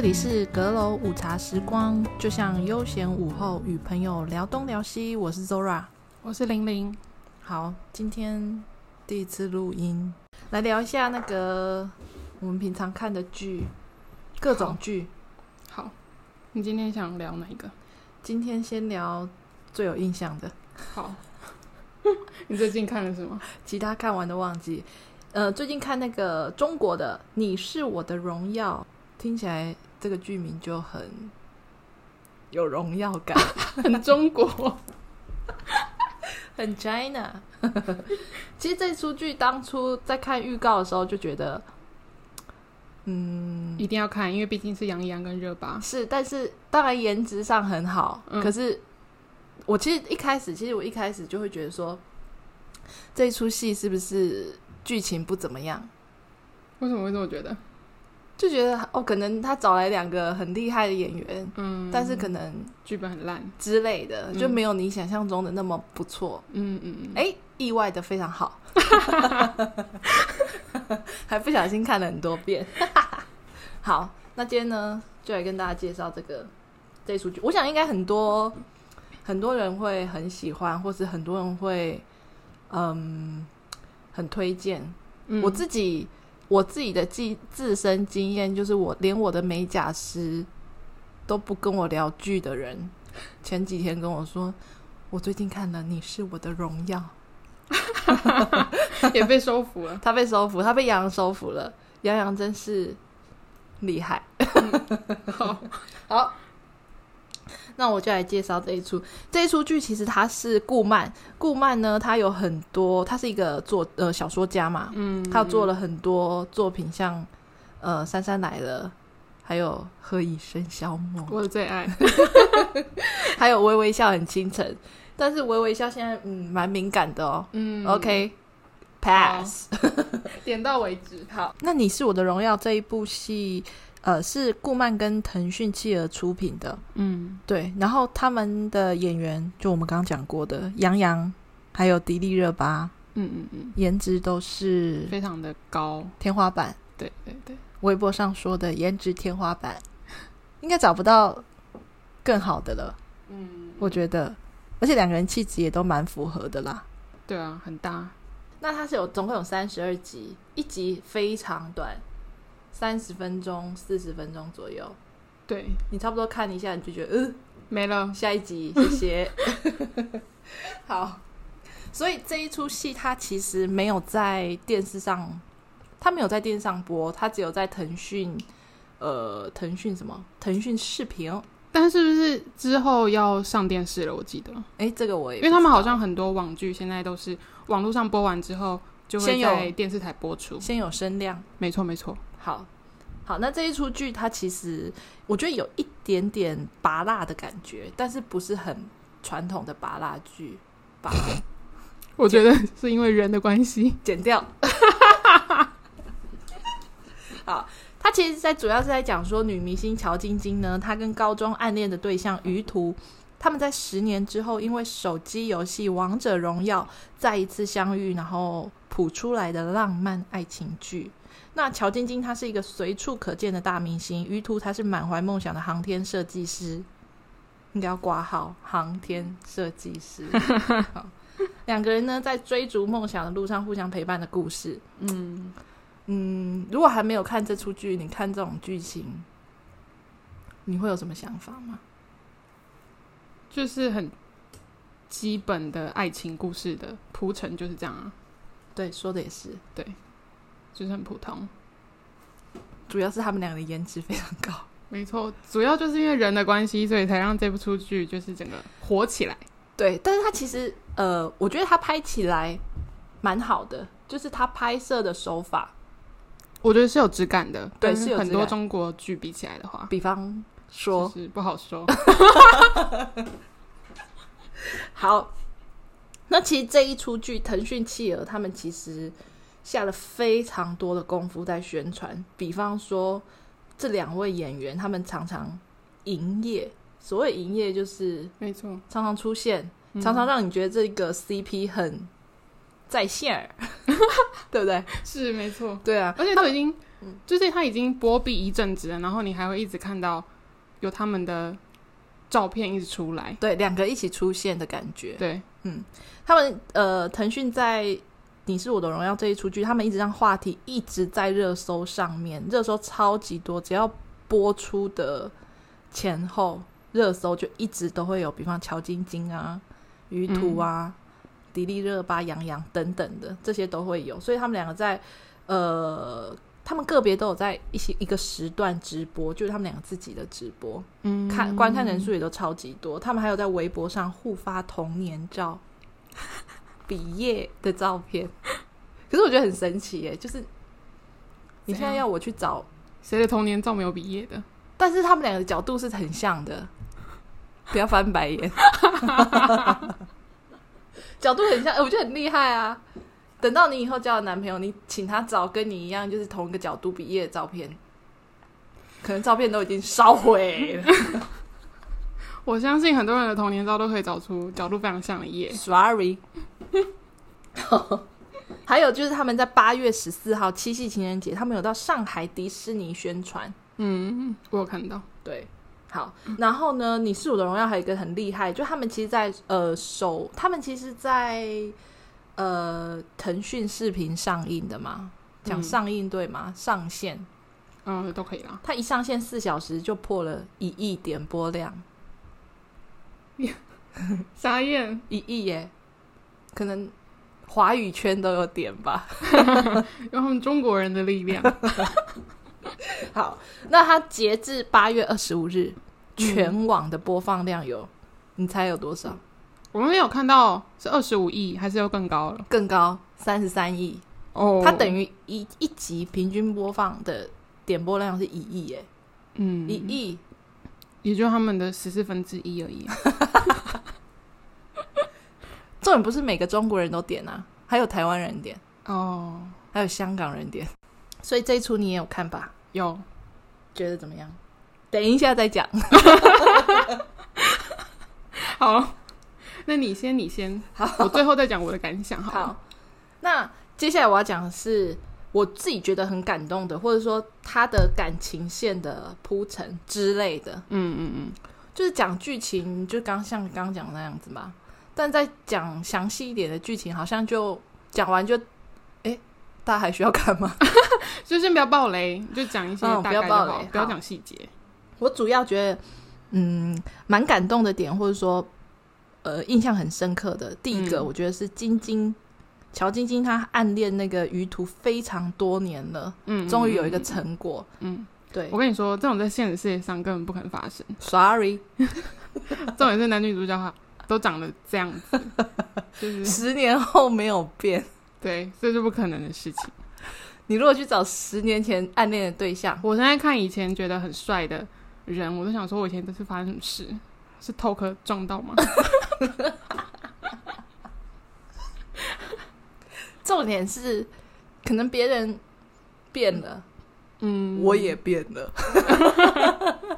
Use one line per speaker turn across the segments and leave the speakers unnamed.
里是阁楼午茶时光，就像悠闲午后与朋友聊东聊西。我是 Zora，
我是玲玲。
好，今天第一次录音，来聊一下那个我们平常看的剧，各种剧。
好，你今天想聊哪一个？
今天先聊最有印象的，
好， 你最近看了 什么？
其他看完都忘记。呃，最近看那个中国的《你是我的荣耀》，听起来这个剧名就很有荣耀感，
很中国，
很 China。其实这出剧当初在看预告的时候就觉得，嗯，
一定要看，因为毕竟是杨洋跟热巴。
是，但是当然颜值上很好，
嗯
可是我其实一开始，其实我一开始就会觉得说，这一出戏是不是剧情不怎么样？
为什么会这么觉得？
就觉得哦，可能他找来两个很厉害的演员，
嗯，
但是可能
剧本很烂。
之类的
嗯
就没有你想象中的那么不错。
嗯嗯，嗯
哎、意外的非常好，还不小心看了很多遍。 好，那今天呢，就来跟大家介绍这个这一出剧。我想应该很多很多人会很喜欢，或是很多人会嗯很推荐。
嗯
我自己我自己的记自身经验就是我，连我的美甲师都不跟我聊剧的人，前几天跟我说，我最近看了《你是我的荣耀》，
也被收服了。
他被收服，他被杨洋收服了，杨洋真是厉害。
嗯好，
好，那我就来介绍这一出。这一出剧其实它是顾漫，顾漫呢，他有很多，他是一个作呃小说家嘛，
嗯，
他做了很多作品，像呃《珊珊来了》，还有《何以笙箫默》，
我的最爱。
还有《微微笑很倾城》。但是《微微笑》现在嗯蛮敏感的哦。
嗯
OK pass。
点到为止。好，
那你是我的荣耀这一部戏，呃，是顾漫跟腾讯企鹅出品的，
嗯，
对。然后他们的演员就我们刚刚讲过的杨洋，还有迪丽热巴，
嗯嗯嗯，
颜值都是
非常的高。
天花板。
对对对，
微博上说的颜值天花板，应该找不到更好的了，
嗯，
我觉得。而且两个人气质也都蛮符合的啦。
对啊，很搭。
那它是有总共有三十二集，一集非常短，三十分钟、四十分钟左右。
对，
你差不多看一下，你就觉得，嗯、
没了。
下一 集，谢谢。好，所以这一出戏它其实没有在电视上，它没有在电视上播，它只有在腾讯，呃，腾讯什么？腾讯视频。
但是不是之后要上电视了？我记得，
哎，这个我也
因
不
为他们好像很多网剧现在都是网络上播完之后就
先
会
有
在电视台播出。
先有声量。
没错，没错。
好，好，那这一出剧它其实我觉得有一点点拔辣的感觉，但是不是很传统的拔辣剧。拔
我觉得是因为人的关系。
剪掉。 好，他其实在主要是在讲说女明星乔晶晶呢，她跟高中暗恋的对象于途，他们在十年之后因为手机游戏《王者荣耀》再一次相遇，然后谱出来的浪漫爱情剧。那乔晶晶她是一个随处可见的大明星，于途他是满怀梦想的航天设计师，应该要挂号航天设计师。好两个人呢，在追逐梦想的路上互相陪伴的故事。
嗯，
嗯，如果还没有看这出剧，你看这种剧情，你会有什么想法吗？
就是很基本的爱情故事的铺陈就是这样啊，
对，说的也是，
就是很普通。
主要是他们两个的颜值非常高。
没错，主要就是因为人的关系，所以才让这部出剧就是整个火起来。
对，但是他其实呃，我觉得他拍起来蛮好的，就是他拍摄的手法，
我觉得是有质感的，
对
跟
是有质
很多
感
中国剧比起来的话，
比方说，
就是不好说。
好，那其实这一出剧，腾讯企鹅他们其实下了非常多的功夫在宣传，比方说这两位演员他们常常营业，所谓营业就是
没错，嗯
常常出现，常常让你觉得这个 CP 很在线儿，对不对？
是没错。
对啊，
而且都已经
嗯
就是它已经波毕一阵子了，然后你还会一直看到有他们的照片一直出来。
对，两个一起出现的感觉。
对，
他们呃，腾讯在《你是我的荣耀》这一出剧，他们一直让话题一直在热搜上面，热搜超级多，只要播出的前后，热搜就一直都会有，比方乔晶晶啊、于途啊、迪丽热巴、杨洋等等的，这些都会有，所以他们两个在呃。他们个别都有在一些一个时段直播，就是他们两个自己的直播，
嗯，
看观看人数也都超级多，他们还有在微博上互发童年照、毕业的照片。可是我觉得很神奇耶，就是你现在
怎样
要我去找，
谁的童年照没有毕业的？
但是他们两个的角度是很像的，不要翻白眼，角度很像，哎我觉得很厉害啊。等到你以后交了男朋友，你请他找跟你一样就是同一个角度毕业的照片，可能照片都已经烧毁了。
我相信很多人的童年照都可以找出角度非常像的页。
Sorry。还有就是他们在八月十四号七夕情人节，他们有到上海迪士尼宣传。
嗯，我有看到。
对，好，然后呢，你是我的荣耀还有一个很厉害，就他们其实在，呃首，他们其实在呃腾讯视频上映的嘛，讲
嗯
上映对吗？上线，
嗯，都可以啦。
它一上线四小时就破了一亿点播量，
傻眼，
一亿耶，可能华语圈都有点吧。
用他们中国人的力 量。
好，那它截至八月二十五日，全网的播放量有，你猜有多少？
我们没有看到是二十五亿，还是又更高了？
更高，三十三亿。
哦
它等于一一集平均播放的点播量是一亿耶，
嗯
一亿。
也就他们的十四分之一而已。
重点不是每个中国人都点啊，还有台湾人点，
哦，
还有香港人点。所以这一出你也有看吧？
有
觉得怎么样？等一下再讲。
好，那你先，你先，我最后再讲我的感想好了。
好，那接下来我要讲的是我自己觉得很感动的，或者说他的感情线的铺陈之类的。
嗯嗯嗯，
就是讲剧情，就刚像刚讲的那样子嘛。但再讲详细一点的剧情，好像就讲完就，诶，大家还需要看吗？
就先不要爆雷，就讲一些
嗯
大概就好，
不要爆雷
不要
好
讲细节。
我主要觉得，嗯，蛮感动的点，或者说，呃，印象很深刻的，第一个
嗯
我觉得是晶晶，乔晶晶她暗恋那个余途非常多年了，
嗯，
终于有一个
嗯
成果。
嗯，
对
我跟你说，这种在现实世界上根本不可能发 生。
，Sorry，
重点是男女主角都长得这样 子，就是
十年后没有变。
对，这是不可能的事情。
你如果去找十年前暗恋的对象，
我现在看以前觉得很帅的人，我都想说，我以前都是发生什么事？是头壳撞到 吗？
重点是，可能别人变了，
嗯，
我也变了。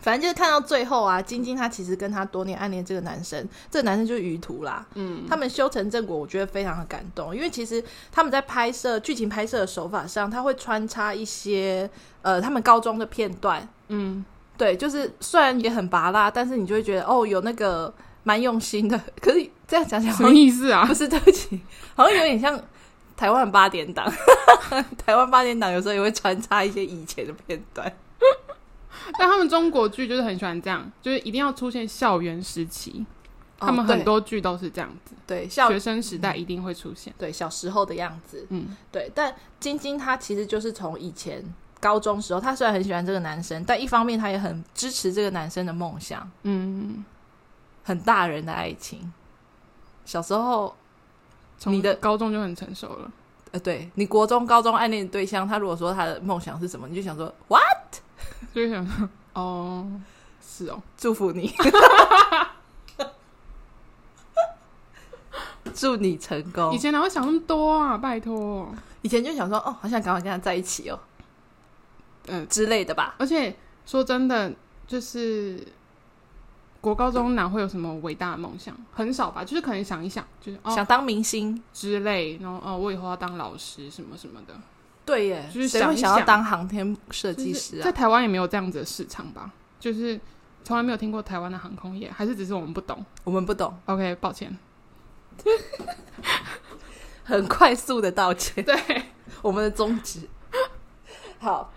反正就是看到最后啊，晶晶她其实跟她多年暗恋这个男生，这个男生就是余途啦。
嗯，
他们修成正果，我觉得非常的感动，因为其实他们在拍摄剧情拍摄的手法上，他会穿插一些呃他们高中的片段，
嗯，
对，就是虽然也很拔辣，但是你就会觉得哦有那个蛮用心的。 可是这样讲起来
什
好
么
像
意思啊
不？是，对不起，好像有点像台湾八点档。 台湾八点档有时候也会穿插一些以前的片段。
但他们中国剧就是很喜欢这样，就是一定要出现校园时期，他们
哦
很
对
多剧都是这样子，
对校
学生时代一定会出现。
对小时候的样子。
嗯
对，但晶晶她其实就是从以前高中时候，她虽然很喜欢这个男生，但一方面她也很支持这个男生的梦想，
嗯，
很大人的爱情。小时候，
从
你的
高中就很成熟了。
呃，对你国中、高中暗恋的对象，他如果说他的梦想是什么，你就想说哇，
就是想说，哦，是哦，
祝福你， 祝你成功。
以前哪会想那么多啊？拜托，
以前就想说，哦，好想赶快跟他在一起哦，
嗯
之类的吧。
而且说真的，就是国高中哪会有什么伟大的梦想？很少吧，就是可能想一想，就是哦
想当明星，
之类，然后哦，我以后要当老师什么什么的。
对耶，
就是
谁
想
会
一
想要
想
当航天设
就
计
是
师
在
啊？
台湾也没有这样子的市场吧？就是从来没有听过台湾的航空业，还是只是我们不懂
我们不懂，
？OK，抱歉。
很快速的道歉，
对，
我们的宗旨。好，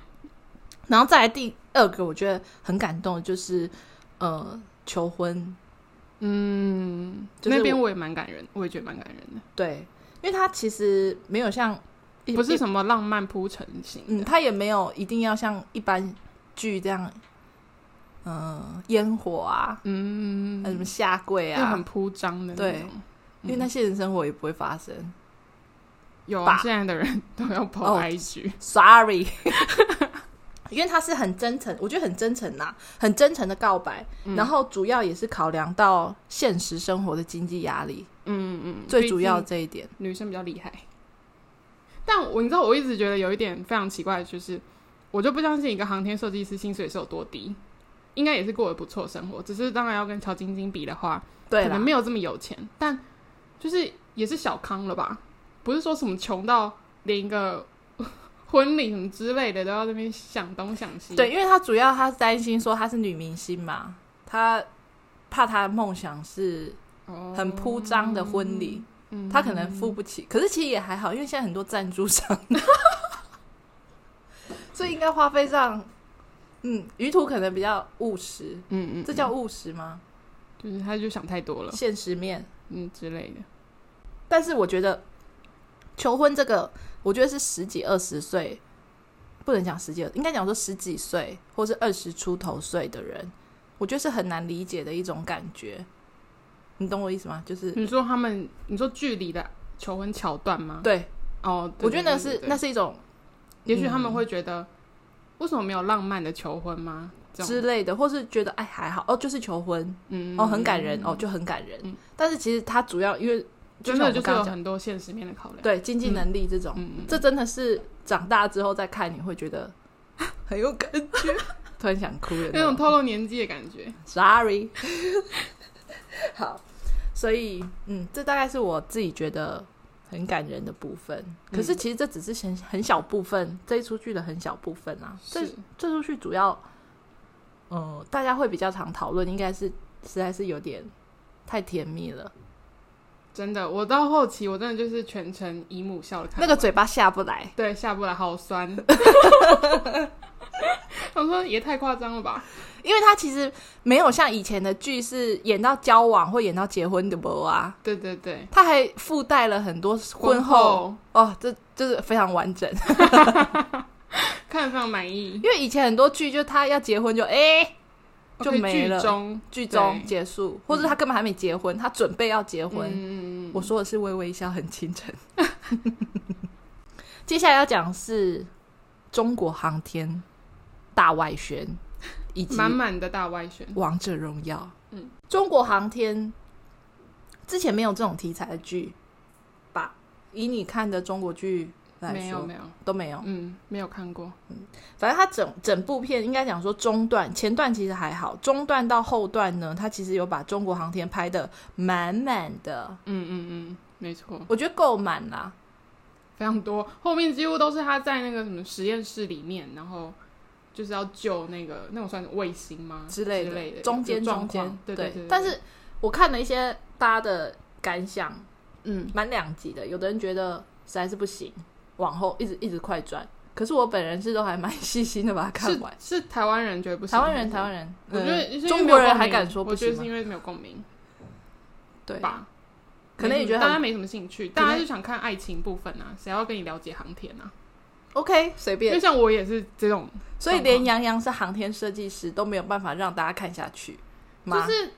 然后再来第二个，我觉得很感动，就是呃，求婚。
嗯，
就是
那边
我
我也蛮感人，我也觉得蛮感人的，
对，因为他其实没有像一
不是
一
什么浪漫铺陈型
嗯，
的。
他也没有一定要像一般剧这样，嗯，烟火啊，
嗯，
还有什么下跪
就很
啊，
铺张的那
对
种。
因为那现实生活也不会发生。
有
吧
啊，现在的人都要跑
哦
IG，
Sorry，因为他是很真诚，我觉得很真诚呐、啊很真诚的告白。然后主要也是考量到现实生活的经济压力，
嗯嗯，
最
毕
主要
竟
这一点。
女生比较厉害。 但我你知道，我一直觉得有一点非常奇怪的就是，我就不相信一个航天设计师薪水是有多低，应该也是过得不错的生活。只是当然要跟乔晶晶比的话，
对
可
啦
能，没有这么有钱，但就是也是小康了吧？不是说什么穷到连一个 婚礼什么之类的都要在那边想东想西。
对，，因为他主要他担心说她是女明星嘛，他怕他的梦想是
哦
很铺张的婚礼，他可能付不起。可是其实也还好，因为现在很多赞助商，所以应该花费上，嗯，余图可能比较务实，
嗯嗯，
这叫务实吗？
就是他就想太多了，
现实面。
嗯之类的。
但是我觉得求婚这个，我觉得是十几二十岁，不能讲十几，应该讲说十几岁或是二十出头岁的人，我觉得是很难理解的一种感觉。你懂我意思吗？就是、
你说他们，你说剧里的求婚桥段吗？
对，
哦，对
我觉得那
对
是
对对
那嗯是一种
也许他们会觉得，为什么没有浪漫的求婚吗？这
之
种
类的，或是觉得哎还好哦，就是求婚
嗯
哦，很感人哦，，就很感人。
嗯
但是其实他主要因为就
真
像我
的
们
就是
刚
有
刚讲，
很多现实面的考量。
对经济能力这种，
嗯，嗯，
这真的是长大之后再看你会觉得 很有感觉， 突然想哭的
那
那
种
种。
透露年纪的感觉。
Sorry，好，所以嗯，这大概是我自己觉得很感人的部分。可是其实这只是很很小部分，这一出剧的很小部分啊。这
是
这出剧主要，呃，大家会比较常讨论，应该是实在是有点太甜蜜了，
真的，我到后期我真的就是全程姨母笑的看
那
完，
个嘴巴下不来。
对下不来，好酸。我说也太夸张了吧？
因为他其实没有像以前的剧是演到交往或演到结婚的不啊，
对对对，
他还附带了很多婚后哦，这就是非常完 整。
看得非常满意，
因为以前很多剧就他要结婚就哎、就
可以
没了
剧中
剧中
对
结束，或者他根本还没结婚，他准备要结婚。
嗯，
我说的是微微一笑很倾城。 接下来要讲是中国航天大外宣以及
满满的大外宣，
王者荣耀。
嗯，
中国航天之前没有这种题材的剧吧？以你看的中国剧来说，哦
没有没有，
都没有。
嗯，没有看过，
反正它整整部片应该讲说中段、前段其实还好，中段到后段呢，它其实有把中国航天拍的满满的，
嗯嗯嗯，没错，
我觉得够满啦。
非常多，后面几乎都是他在那个什么实验室里面，然后就是要救那个那种算是卫星吗
之类
的，
的，
类
中间
状
中
况
间，
对
对
对，
但是我看了一些大家的感想，
嗯，
蛮两极的。有的人觉得实在是不行，往后一直一直快转。可是我本人是都还蛮细心的把它看
是
完。
是台湾人觉得不行，
台湾人，台湾人，
我觉得
嗯
是因为
中
没有
国人
共
还
鸣
敢说不
我觉
行
得是
吗？
因为没有共鸣
对，啊
吧？嗯
可能也觉得
大家
很
没什么兴趣，
可能
大家就想看爱情部分啊，谁要跟你了解航天啊？
OK，随
因为
便。
像我也是这种，
所以连杨洋是航天设计师都没有办法让大家看下去
就
吗？
是，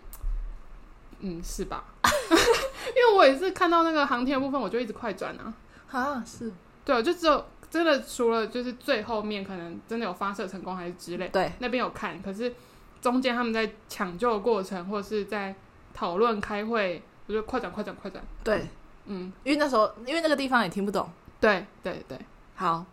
嗯，是吧？ 因为我也是看到那个航天的部分，我就一直快转啊。
啊，是
对，我就只有真的除了就是最后面可能真的有发射成功还是之类，
对，
那边有看，可是中间他们在抢救的过程或者是在讨论开会，我就快转快转快转，
对，
嗯，
因为那时候因为那个地方也听不懂。
对对对，
好，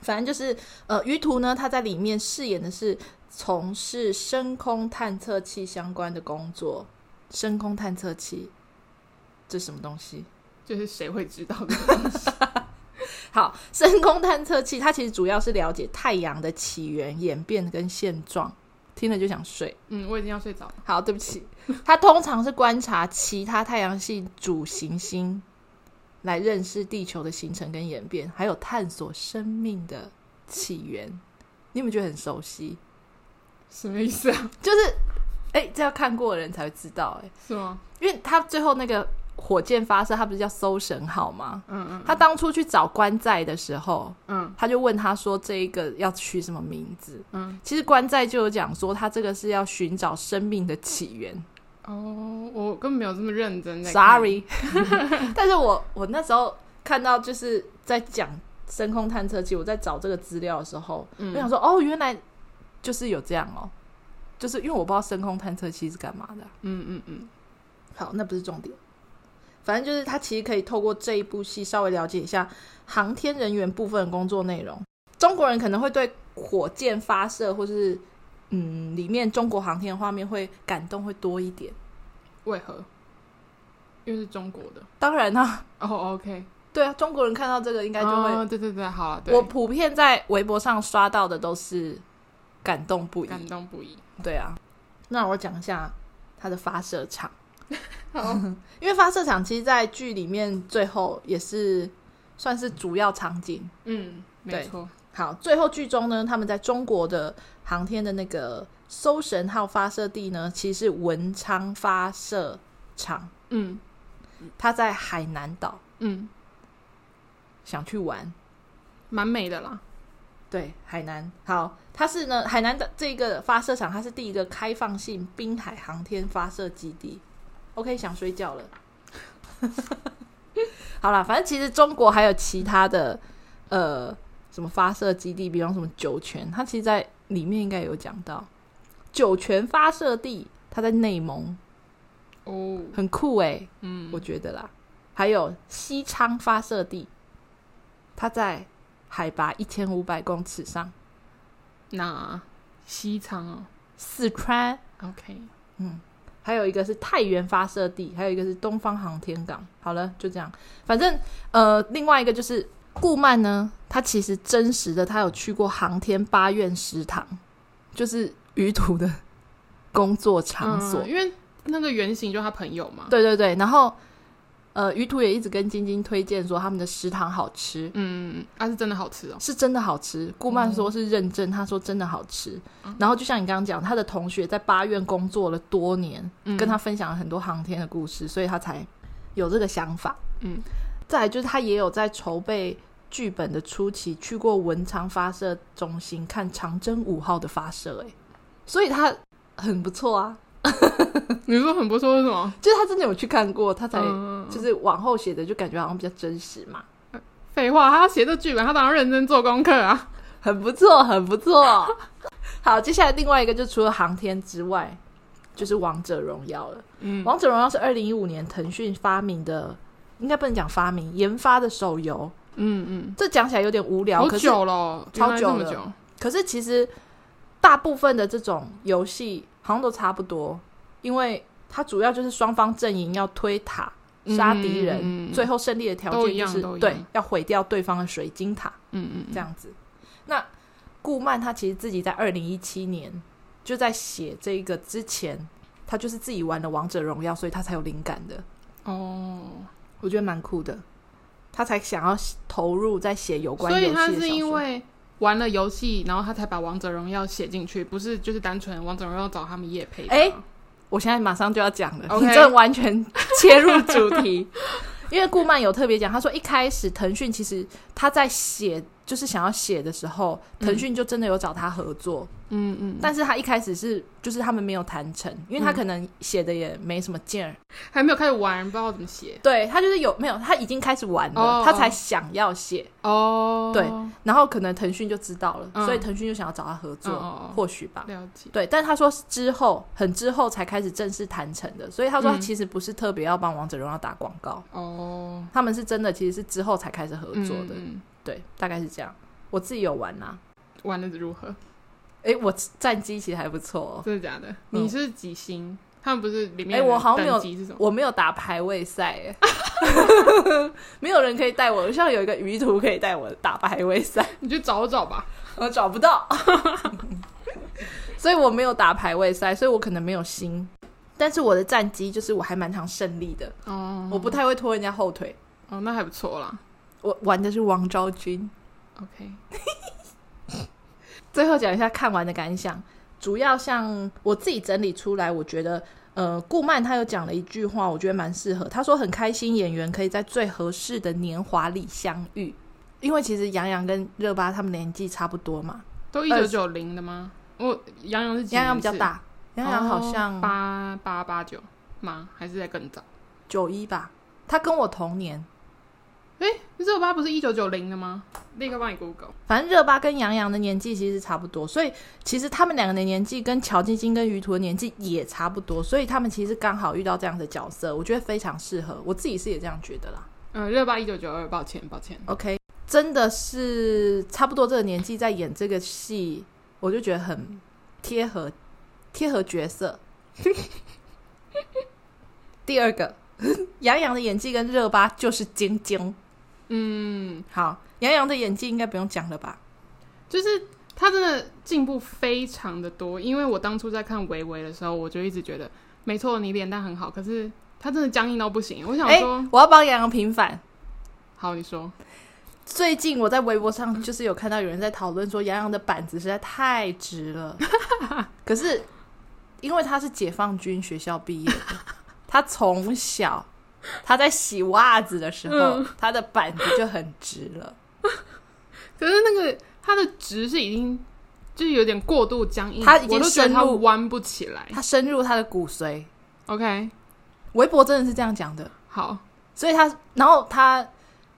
反正就是呃，于途呢，他在里面饰演的是从事深空探测器相关的工作。深空探测器，这什么东西？
就是谁会知道的？
好，深空探测器它其实主要是了解太阳的起源、演变跟现状，听了就想睡。
嗯，我已经要睡着了。
好，对不起，它通常是观察其他太阳系主行星，来认识地球的形成跟演变，还有探索生命的起源。你有没有觉得很熟悉？
什么意思啊？
就是，哎、这要看过的人才会知道、哎，
是吗？
因为它最后那个火箭发射，它不是叫搜神号吗？
嗯嗯
他当初去找关在的时候，
嗯
他就问他说：“这一个要取什么名字
嗯。？”
其实关在就有讲说，他这个是要寻找生命的起源。
哦，我根本没有这么认真在看。
Sorry，但是我我那时候看到就是在讲深空探测器，我在找这个资料的时候，
嗯
我想说哦，原来就是有这样哦，就是因为我不知道深空探测器是干嘛的。
嗯嗯嗯
好，那不是重点，反正就是他其实可以透过这一部戏稍微了解一下航天人员部分的工作内容。中国人可能会对火箭发射或是嗯里面中国航天的画面会感动会多一点。
为何？因为是中国的。
当然啦、
哦，OK，
对啊，中国人看到这个应该就会。
哦对对对，好了，对
我普遍在微博上刷到的都是感动不已。
感动不已。
对啊，那我讲一下它的发射场，
好，
因为发射场其实，在剧里面最后也是算是主要场景。
嗯，没
对
错。
好，最后剧中呢，他们在中国的航天的那个搜神号发射地呢，其实是文昌发射场，
嗯
它在海南岛，
嗯，
想去玩。
蛮美的啦。
对，海南好，它是呢海南的这个发射场，它是第一个开放性滨海航天发射基地。OK，想睡觉了。 好啦，反正其实中国还有其他的呃什么发射基地，比方什么酒泉，它其实在里面应该有讲到酒泉发射地，它在内蒙，
哦，
很酷诶、
嗯，
我觉得啦。还有西昌发射地，它在海拔一千五百公尺上。
那西昌哦
四川，
，OK，
还有一个是太原发射地，还有一个是东方航天港。好了，就这样。反正呃，另外一个就是顾漫呢，他其实真实的他有去过航天八院食堂，就是舆图的工作场所。
嗯因为那个原型就是他朋友嘛。，
对对对，然后呃，舆图也一直跟晶晶推荐说他们的食堂好吃。
嗯，啊，是真的好吃哦。
是真的好吃，顾漫说是认真，他说真的好吃。然后就像你刚刚讲，他的同学在八院工作了多年，
嗯
跟他分享了很多航天的故事，所以他才有这个想法。
嗯，
再来就是他也有在筹备剧本的初期去过文昌发射中心看长征五号的发射、欸，所以他很不错啊，
你说很不错是什么？
就是他真的有去看过，他才、
嗯
就是往后写的就感觉好像比较真实嘛，
废话，他写这剧本，他当然认真做功课啊。
很不错，很不 错。好，接下来另外一个就除了航天之外，就是王者荣耀了。
嗯，
王者荣耀是二零一五年腾讯发明的，应该不能讲发明，研发的手游。
嗯嗯，
这讲起来有点无聊，
好
可是
久了哦，
超
原来这么
久
久。
可是其实大部分的这种游戏好像都差不多，因为它主要就是双方阵营要推塔、杀敌人，
嗯嗯嗯
最后胜利的条
都
件
一
就
样
是
都一样
对要毁掉对方的水晶塔
嗯嗯，嗯
这样子。那顾漫他其实自己在二零一七年就在写这个之前，他就是自己玩了王者荣耀，所以他才有灵感的。
哦，
我觉得蛮酷的，他才想要投入在写有关游
所
戏
以
的小
他
说。
是因为玩了游戏，然后他才把王者荣耀写进去，不是就是单纯王者荣耀找他们叶配的啊。
哎我现在马上就要讲了
OK
你这完全切入主题。 因为顾漫有特别讲，他说一开始腾讯其实他在写，就是想要写的时候，
嗯
腾讯就真的有找他合作，
嗯嗯，
但是他一开始是就是他们没有谈成，因为他
嗯
可能写的也没什么劲儿，
还没有开始玩，不知道怎么写。
对他就是有没有他已经开始玩了
哦
他才
哦
想要写，
哦，
对然后可能腾讯就知道了，
嗯
所以腾讯就想要找他合作，
嗯哦哦
或许吧。
了解。
对，但他说是之后很之后才开始正式谈成的，所以他说他
嗯
其实不是特别要帮王者荣耀打广告，
哦，
他们是真的其实是之后才开始合作的，
嗯嗯
对，大概是这样。我自己有玩啦、
玩的如何？
诶，我战绩其实还不错、哦，
真的假的？
嗯
你是几星？他们不是里面
哎我好像没有
等级是什么？
我没有打排位赛，哎 没有人可以带我，像有一个鱼图可以带我打排位赛，
你去找找吧。
我找不到， 所以我没有打排位赛，所以我可能没有心。但是我的战绩就是我还蛮常胜利的，
哦，
我不太会拖人家后腿。
哦，那还不错啦。
我玩的是王昭君。
OK，
最后讲一下看完的感想，主要像我自己整理出来，我觉得，呃，顾漫他有讲了一句话，我觉得蛮适合。他说很开心演员可以在最合适的年华里相遇，因为其实杨洋跟热巴他们年纪差不多嘛，
都一九九零的吗？我杨洋是几
杨洋比
年
较
次，
大，杨洋好
哦
像
八八八九吗？还是在更早？
九一吧，他跟我同年。
热巴不是一九九零的吗？立刻帮你 Google。
反正热巴跟杨洋的年纪其实差不多，所以其实他们两个的年纪跟乔晶晶跟于途的年纪也差不多，所以他们其实刚好遇到这样的角色，我觉得非常适合。我自己是也这样觉得啦。
嗯，热巴一九九二，抱歉，抱歉。
OK，真的是差不多这个年纪在演这个戏，我就觉得很贴合贴合角色。 第二个，杨洋的演技跟热巴就是晶晶。
嗯，
好，杨洋的演技应该不用讲了吧？
就是她真的进步非常的多，因为我当初在看维维的时候，我就一直觉得，没错，你脸蛋很好，可是她真的僵硬到不行。我想
哎、
说，
我要帮杨洋平反。
好，你说，
最近我在微博上就是有看到有人在讨论说杨洋的板子实在太直了， 可是因为他是解放军学校毕业的，他从小他在洗袜子的时候，
嗯
他的板子就很直了。
可是那个她的直是已经就是有点过度僵硬，
她已经
我都觉得她
深入
弯不起来。
他深入他的骨髓，
OK，
微博真的是这样讲的，
好，
所以他然后他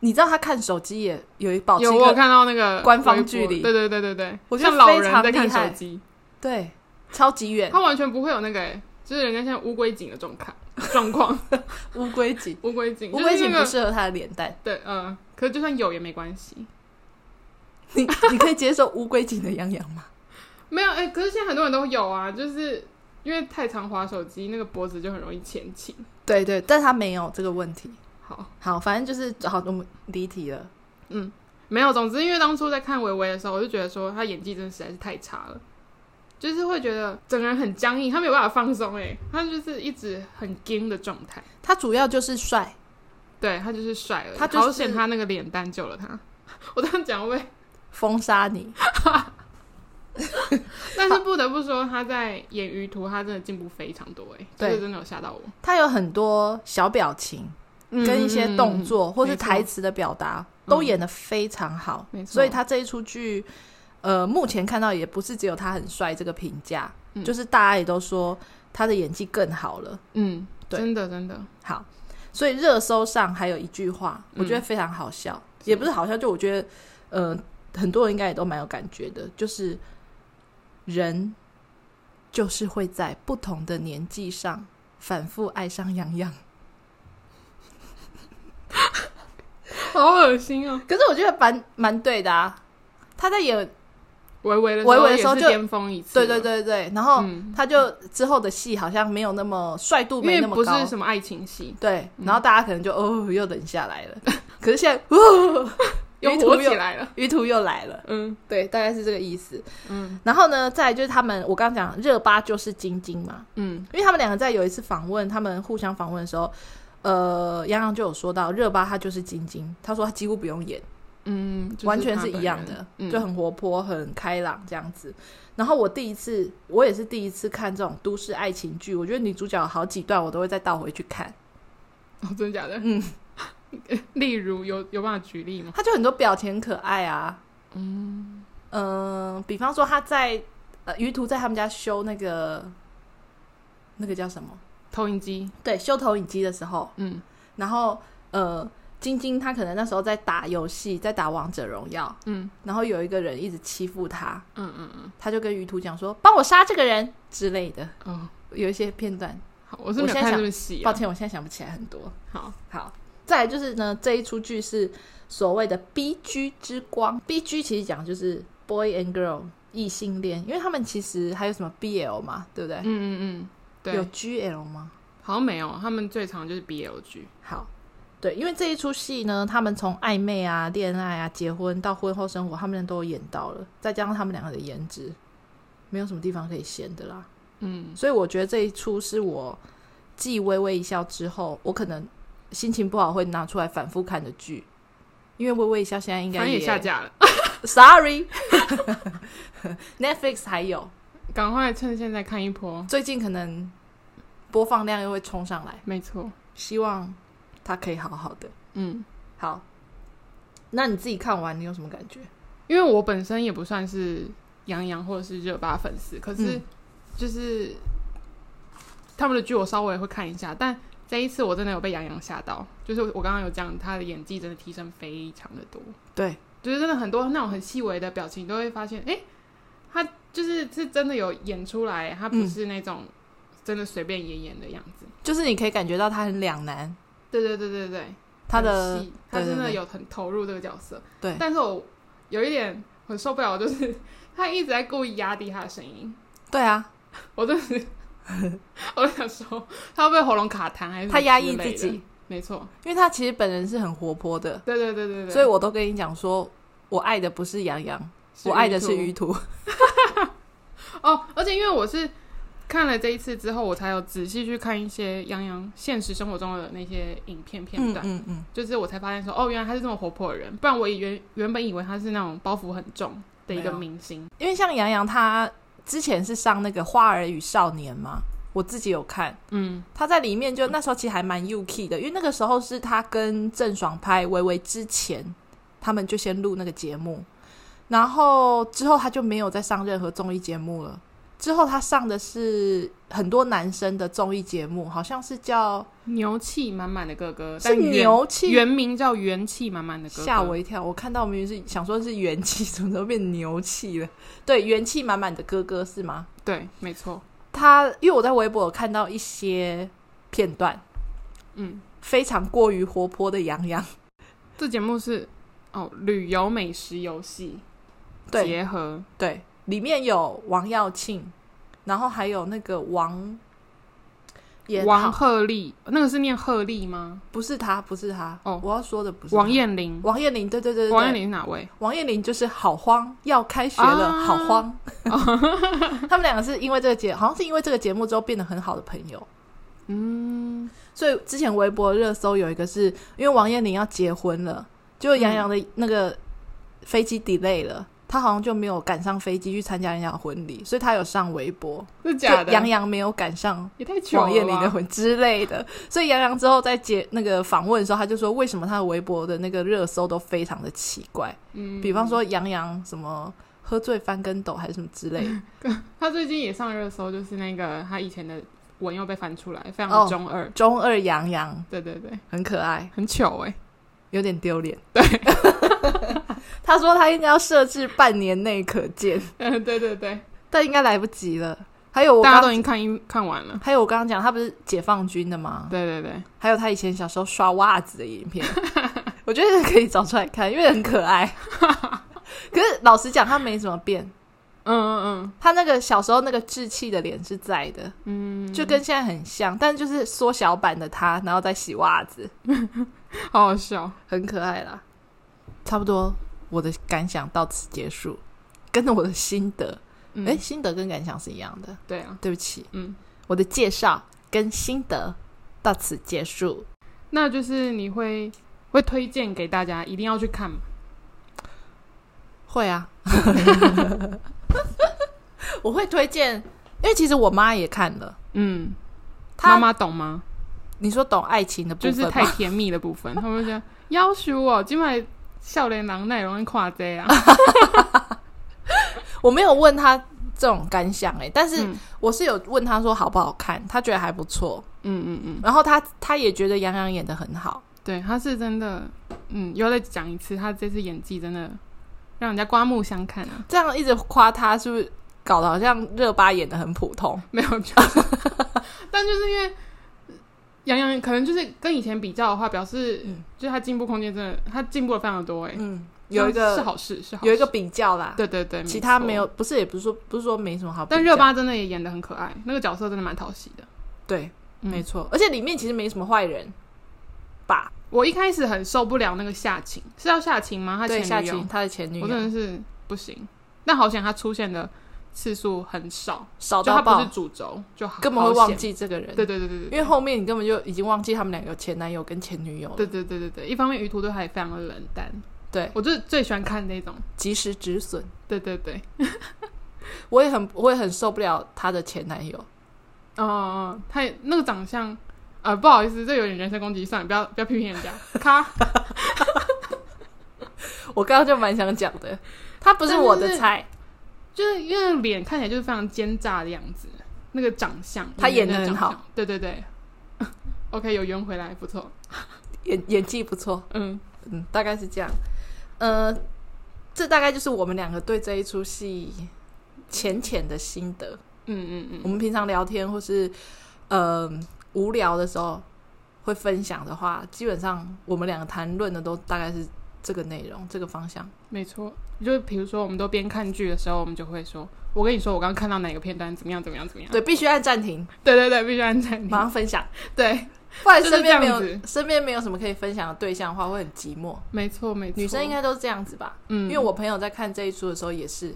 你知道他看手机也有一保持
有
一
我有
个
看到那个
官方
微博
距离
对对对对对，
我觉得
像老
非
人
常
在看
厉害
手机，
对超级远
他完全不会有那个、欸，就是人家现在乌龟颈的状态 状况，
乌龟颈，
乌龟颈，
乌龟
就是
颈
那
不
个
适合他的脸蛋，
对，嗯、可是就算有也没关系。
你 你可以接受乌龟颈的杨洋吗？
没有，哎、可是现在很多人都有啊，就是因为太常滑手机，那个脖子就很容易前倾。
对对，但他没有这个问题。
好，
好，反正就是好，我们离题了。
嗯，没有。总之，因为当初在看维维的时候，我就觉得说她演技真的实在是太差了，就是会觉得整个人很僵硬，她没有办法放松，哎，她就是一直很僵的状态。
他主要就是帅，
对她就是帅了，
她就是
好险她那个脸蛋救了她。 我这样讲会不会，
封杀你。
但是不得不说，她在演鱼图，她真的进步非常多，哎，这
对
个真的有吓到我，
他有很多小表情，
嗯
跟一些动作、或是
没错
台词的表达，
嗯
都演得非常好。
没错
所以他这一出剧，呃，目前看到也不是只有他很帅这个评价，
嗯
就是大家也都说他的演技更好了。
嗯，
对
真的真的，
好，所以热搜上还有一句话，
嗯
我觉得非常好笑，
是
也不是好笑，就我觉得，呃，很多人应该也都蛮有感觉的，就是人就是会在不同的年纪上反复爱上洋洋。
好恶心哦。
可是我觉得蛮蛮对的啊，他在演，
微微的
微微的时
时
候
候
就
也是巅峰一次，
对哦对，对对，然后
嗯，
他就之后的戏好像没有那么帅度
因
没
为
那么
不
高
是，什么爱情戏，
对，
嗯
然后大家可能就哦又冷下来了，可是现在哦，
又
鱼
火
图
起
又
来了，
鱼图又来了。
嗯
对，大概是这个意思。
嗯
然后呢，再来就是他们，我刚刚讲热巴就是晶晶嘛，
嗯，
因为他们两个在有一次访问，他们互相访问的时候，呃，杨洋就有说到热巴她就是晶晶，他说她几乎不用演，
嗯，就是
完全
他
是
本
一样
人
的，
嗯、
就很活泼、很开朗这样子。然后我第一次，我也是第一次看这种都市爱情剧，我觉得女主角好几段我都会再倒回去看，
哦，真的假的？
嗯，
例如有有办法举例吗？
她就很多表情很可爱啊，
嗯，
嗯、比方说她在呃于途在他们家修那个那个叫什么？
投影机，
对，修投影机的时候，
嗯
然后呃，晶晶她可能那时候在打游戏，在打王者荣耀，
嗯
然后有一个人一直欺负她，
嗯嗯
她就跟于途讲说：“帮我杀这个人”之类的，
嗯，哦，
有一些片段。
好，我是没
我
有
现在
看
想
这么细、
抱
啊，
歉，我现在想不起来很多。
好，
好，再来就是呢，这一出剧是所谓的 B G 之光，B G 其实讲就是 boy and girl 异性恋，因为他们其实还有什么 B L 嘛，对不对？
嗯嗯嗯，
有
对，
GL 吗？
好像没有，他们最常就是 BL g
好，对，因为这一出戏呢，他们从暧昧啊、恋爱啊、结婚到婚后生活，他们都有演到了，再加上他们两个的颜值，没有什么地方可以闲的啦。
嗯，
所以我觉得这一出是我继《微微一笑》之后，我可能心情不好会拿出来反复看的剧，因为《微微一笑》现在应
反
该
正也下架了，啊
，sorry，Netflix 还有，
赶快趁现在看一波。
最近可能播放量又会冲上来，
没错，
希望它可以好好的。
嗯，
好，那你自己看完你有什么感觉？
因为我本身也不算是杨洋或者是热巴粉丝，可是
嗯
就是他们的剧我稍微会看一下，但这一次我真的有被杨洋吓到，就是我刚刚有讲他的演技真的提升非常的多，
对，
就是真的很多那种很细微的表情都会发现，哎、他就是是真的有演出来，他不
嗯
是那种真的随便演演的样子。
就是你可以感觉到他很两难，
对对对对对，
他
很
的
细他
对对
真的
对
有很投入这个角色，
对
但是我有一点很受不了，就是 他一直在故意压低他的声音，
对啊，
我真的 是，我想说他会不会喉咙卡痰还是什么
他压抑
之类
自
的
己，因，
没错，
为他其实本人是很活泼的，
对对对对对，
所以我都跟你讲说，我爱的不是杨洋
是
我爱的是
鱼
鱼图，
哦，而且因为我是看了这一次之后，我才有仔细去看一些杨洋现实生活中的那些影片片
嗯
段，
嗯嗯，
就是我才发现说，哦，原来他是这么活泼的人，不然我以原原本以为他是那种包袱很重的一
没
个
有
明星。
因为像杨洋他之前是上那个《花儿与少年》嘛，我自己有看，
嗯，
他在里面就那时候其实还蛮 UK 的，因为那个时候是他跟郑爽拍《微微》之前，他们就先录那个节目，然后之后他就没有再上任何综艺节目了。之后他上的是很多男生的综艺节目，好像是叫
牛气满满的哥哥，
是
呃但原
牛气，
原名叫元气满满的哥哥。
吓我一跳！我看到明明是想说是元气，怎么都变牛气了？对，元气满满的哥哥是吗？
对，没错。
他因为我在微博有看到一些片段，
嗯，
非常过于活泼的杨洋，
这节目是哦，旅游美食游戏
对，
结合，
对，里面有王耀庆，然后还有那个王也
王鹤棣，那个是念鹤棣吗？
不是他，不是他，
哦
我要说的不是他
王彦霖，
王彦霖，对对对对，
王彦
对，
霖是哪位？
王彦霖就是好慌，要开学了，
啊
好慌。 他们两个是因为这个节，好像是因为这个节目之后变得很好的朋友。
嗯，
所以之前微博热搜有一个是因为王彦霖要结婚了，就杨洋的那个飞
嗯
机 delay 了。他好像就没有赶上飞机去参加人家的婚礼，所以他有上微博，
是
就
假的，
杨洋没有赶上
也太糗了
网页里
吧
的魂 之类的。所以杨洋之后在接那个访问的时候，他就说为什么他的微博的那个热搜都非常的奇怪，
嗯
比方说杨洋什么喝醉翻跟斗还是什么之类的。
他最近也上热搜，就是那个他以前的文又被翻出来，非常
哦
的中二。
中二杨洋
对对对，
很可爱，
很糗 哎、
有点丢脸。对， 他说他应该要设置半年内可见，
嗯，对对对，
但应该来不及了。还有我
大家
刚
都已经看一看完了。
还有我刚刚讲他不是解放军的吗？
对对对，
还有他以前小时候刷袜子的影 片，我觉得可以找出来看，因为很可爱。可是老实讲，他没怎么变，
嗯嗯
他那个小时候那个稚气的脸是在的，
嗯
就跟现在很像，但就是缩小版的他，然后再洗袜子，
嗯，好好笑。
很可爱啦。差不多，我的感想到此结束，跟着我的心得，
嗯，
哎、心得跟感想是一样的，
对啊，
对不起，
嗯，
我的介绍跟心得到此结束。
那就是你会会推荐给大家一定要去看吗？
会啊， 我会推荐，因为其实我妈也看了，
嗯，
她
妈妈懂吗？
你说懂爱情的部
就
分
是
吗？
太甜蜜的部 分，他们会觉得要求我今晚笑脸狼内容易跨这啊。
我没有问她这种感想哎、但是
嗯
我是有问她说好不好看，她觉得还不错，
嗯嗯嗯，
然后她她也觉得杨洋演的很好，
对，他是真的，嗯，又再讲一次，他这次演技真的让人家刮目相看啊！
这样一直夸她是不是搞得好像热巴演的很普通？
没有，就是 但就是因为杨洋可能就是跟以前比较的话，表示
嗯
就是他进步空间真的，他进步了非常多哎、
嗯，有一
是
个
好事，是好事
有一个比较啦，
对对对，
其他
错
没有，。不是也不是说不是说没什么好比较，
但热巴真的也演的很可爱，那个角色真的蛮讨喜的。
对，
嗯
没错，而且里面其实没什么坏人吧？
我一开始很受不了那个夏晴，是要夏晴吗？他
对，夏
前女友
晴，他的前女
我真
友
的是不行。但好险他出现的次数很少，
少
就他
到
不
爆
是，主轴，就好
根本会忘。
好
记这个人
险。对对对对对，
因为后面你根本就已经忘记他们两个有前男友跟前女友了，
对对对对对，一方面于途对他也非常的冷淡，
对，
我就是最喜欢看那种。
及时止损。
对对对，
我也很我也很受不了她的前男友，
哦哦，他也那个长相，呃，不好意思，这有点人身攻击，算了，不要不要批 评人家。咔，
我刚刚就蛮想讲的，他不是我的菜，
就是因为脸看起来就是非常奸诈的样子，那个长相，
他演得
那个
很
长相
好。
对对对 ，OK，有圆回来，不错。
演演技不错，
嗯，
嗯，大概是这样。呃，这大概就是我们两个对这一出戏浅浅的心得。
嗯嗯
我
嗯，
们平常聊天或是呃无聊的时候会分享的话，基本上我们两个谈论的都大概是这个内容、这个方向。
没错。就是比如说，我们都边看剧的时候，我们就会说：“我跟你说，我刚刚看到哪个片段，怎么样，怎么样，怎 么样。
对，必须按暂 停，”
对对对，必须按暂
马
停。
上分享，
对，
不然
就是
身边没
这样
有身边没有什么可以分享的对象的话，会很寂寞。
没错没错。
女生应该都是这样子吧？
嗯，
因为我朋友在看这一出的时候也是，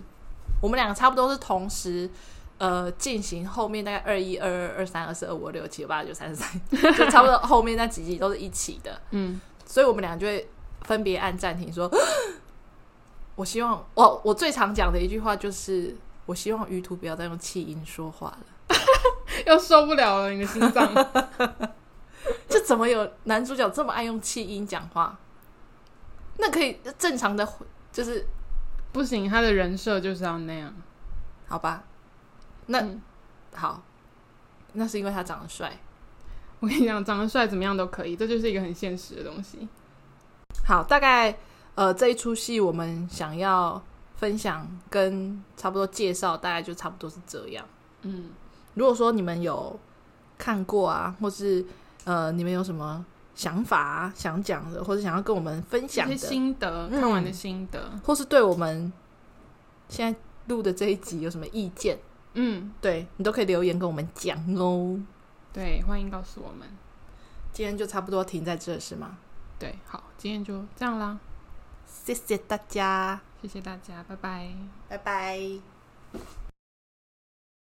我们两个差不多是同时。呃，进行后面大概二一、二二、二三、二四、二五、二六、七、八、九、三十三，就差不多后面那几集都是一起的。
嗯
所以我们俩就会分别按暂停说，我希望我我最常讲的一句话就是，我希望于途不要再用气音说话了。
又受不了了，你的心脏。
这怎么有男主角这么爱用气音讲话？那可以正常的，就是
不行，他的人设就是要那样。
好吧？那、
嗯
好，那是因为他长得帅。
我跟你讲，长得帅怎么样都可以，这就是一个很现实的东西。
好，大概呃这一出戏我们想要分享跟差不多介绍，大概就差不多是这样。
嗯，
如果说你们有看过啊，或是呃，你们有什么想法、啊、想讲的，或者想要跟我们分
一
享
些
的，
心得，
嗯
看完的心得。
或是对我们现在录的这一集有什么意见，
嗯，
对你都可以留言跟我们讲哦。
对，欢迎告诉我们。
今天就差不多停在这是吗？
对，好，今天就这样啦，
谢谢大家，
谢谢大家，拜拜。
拜拜。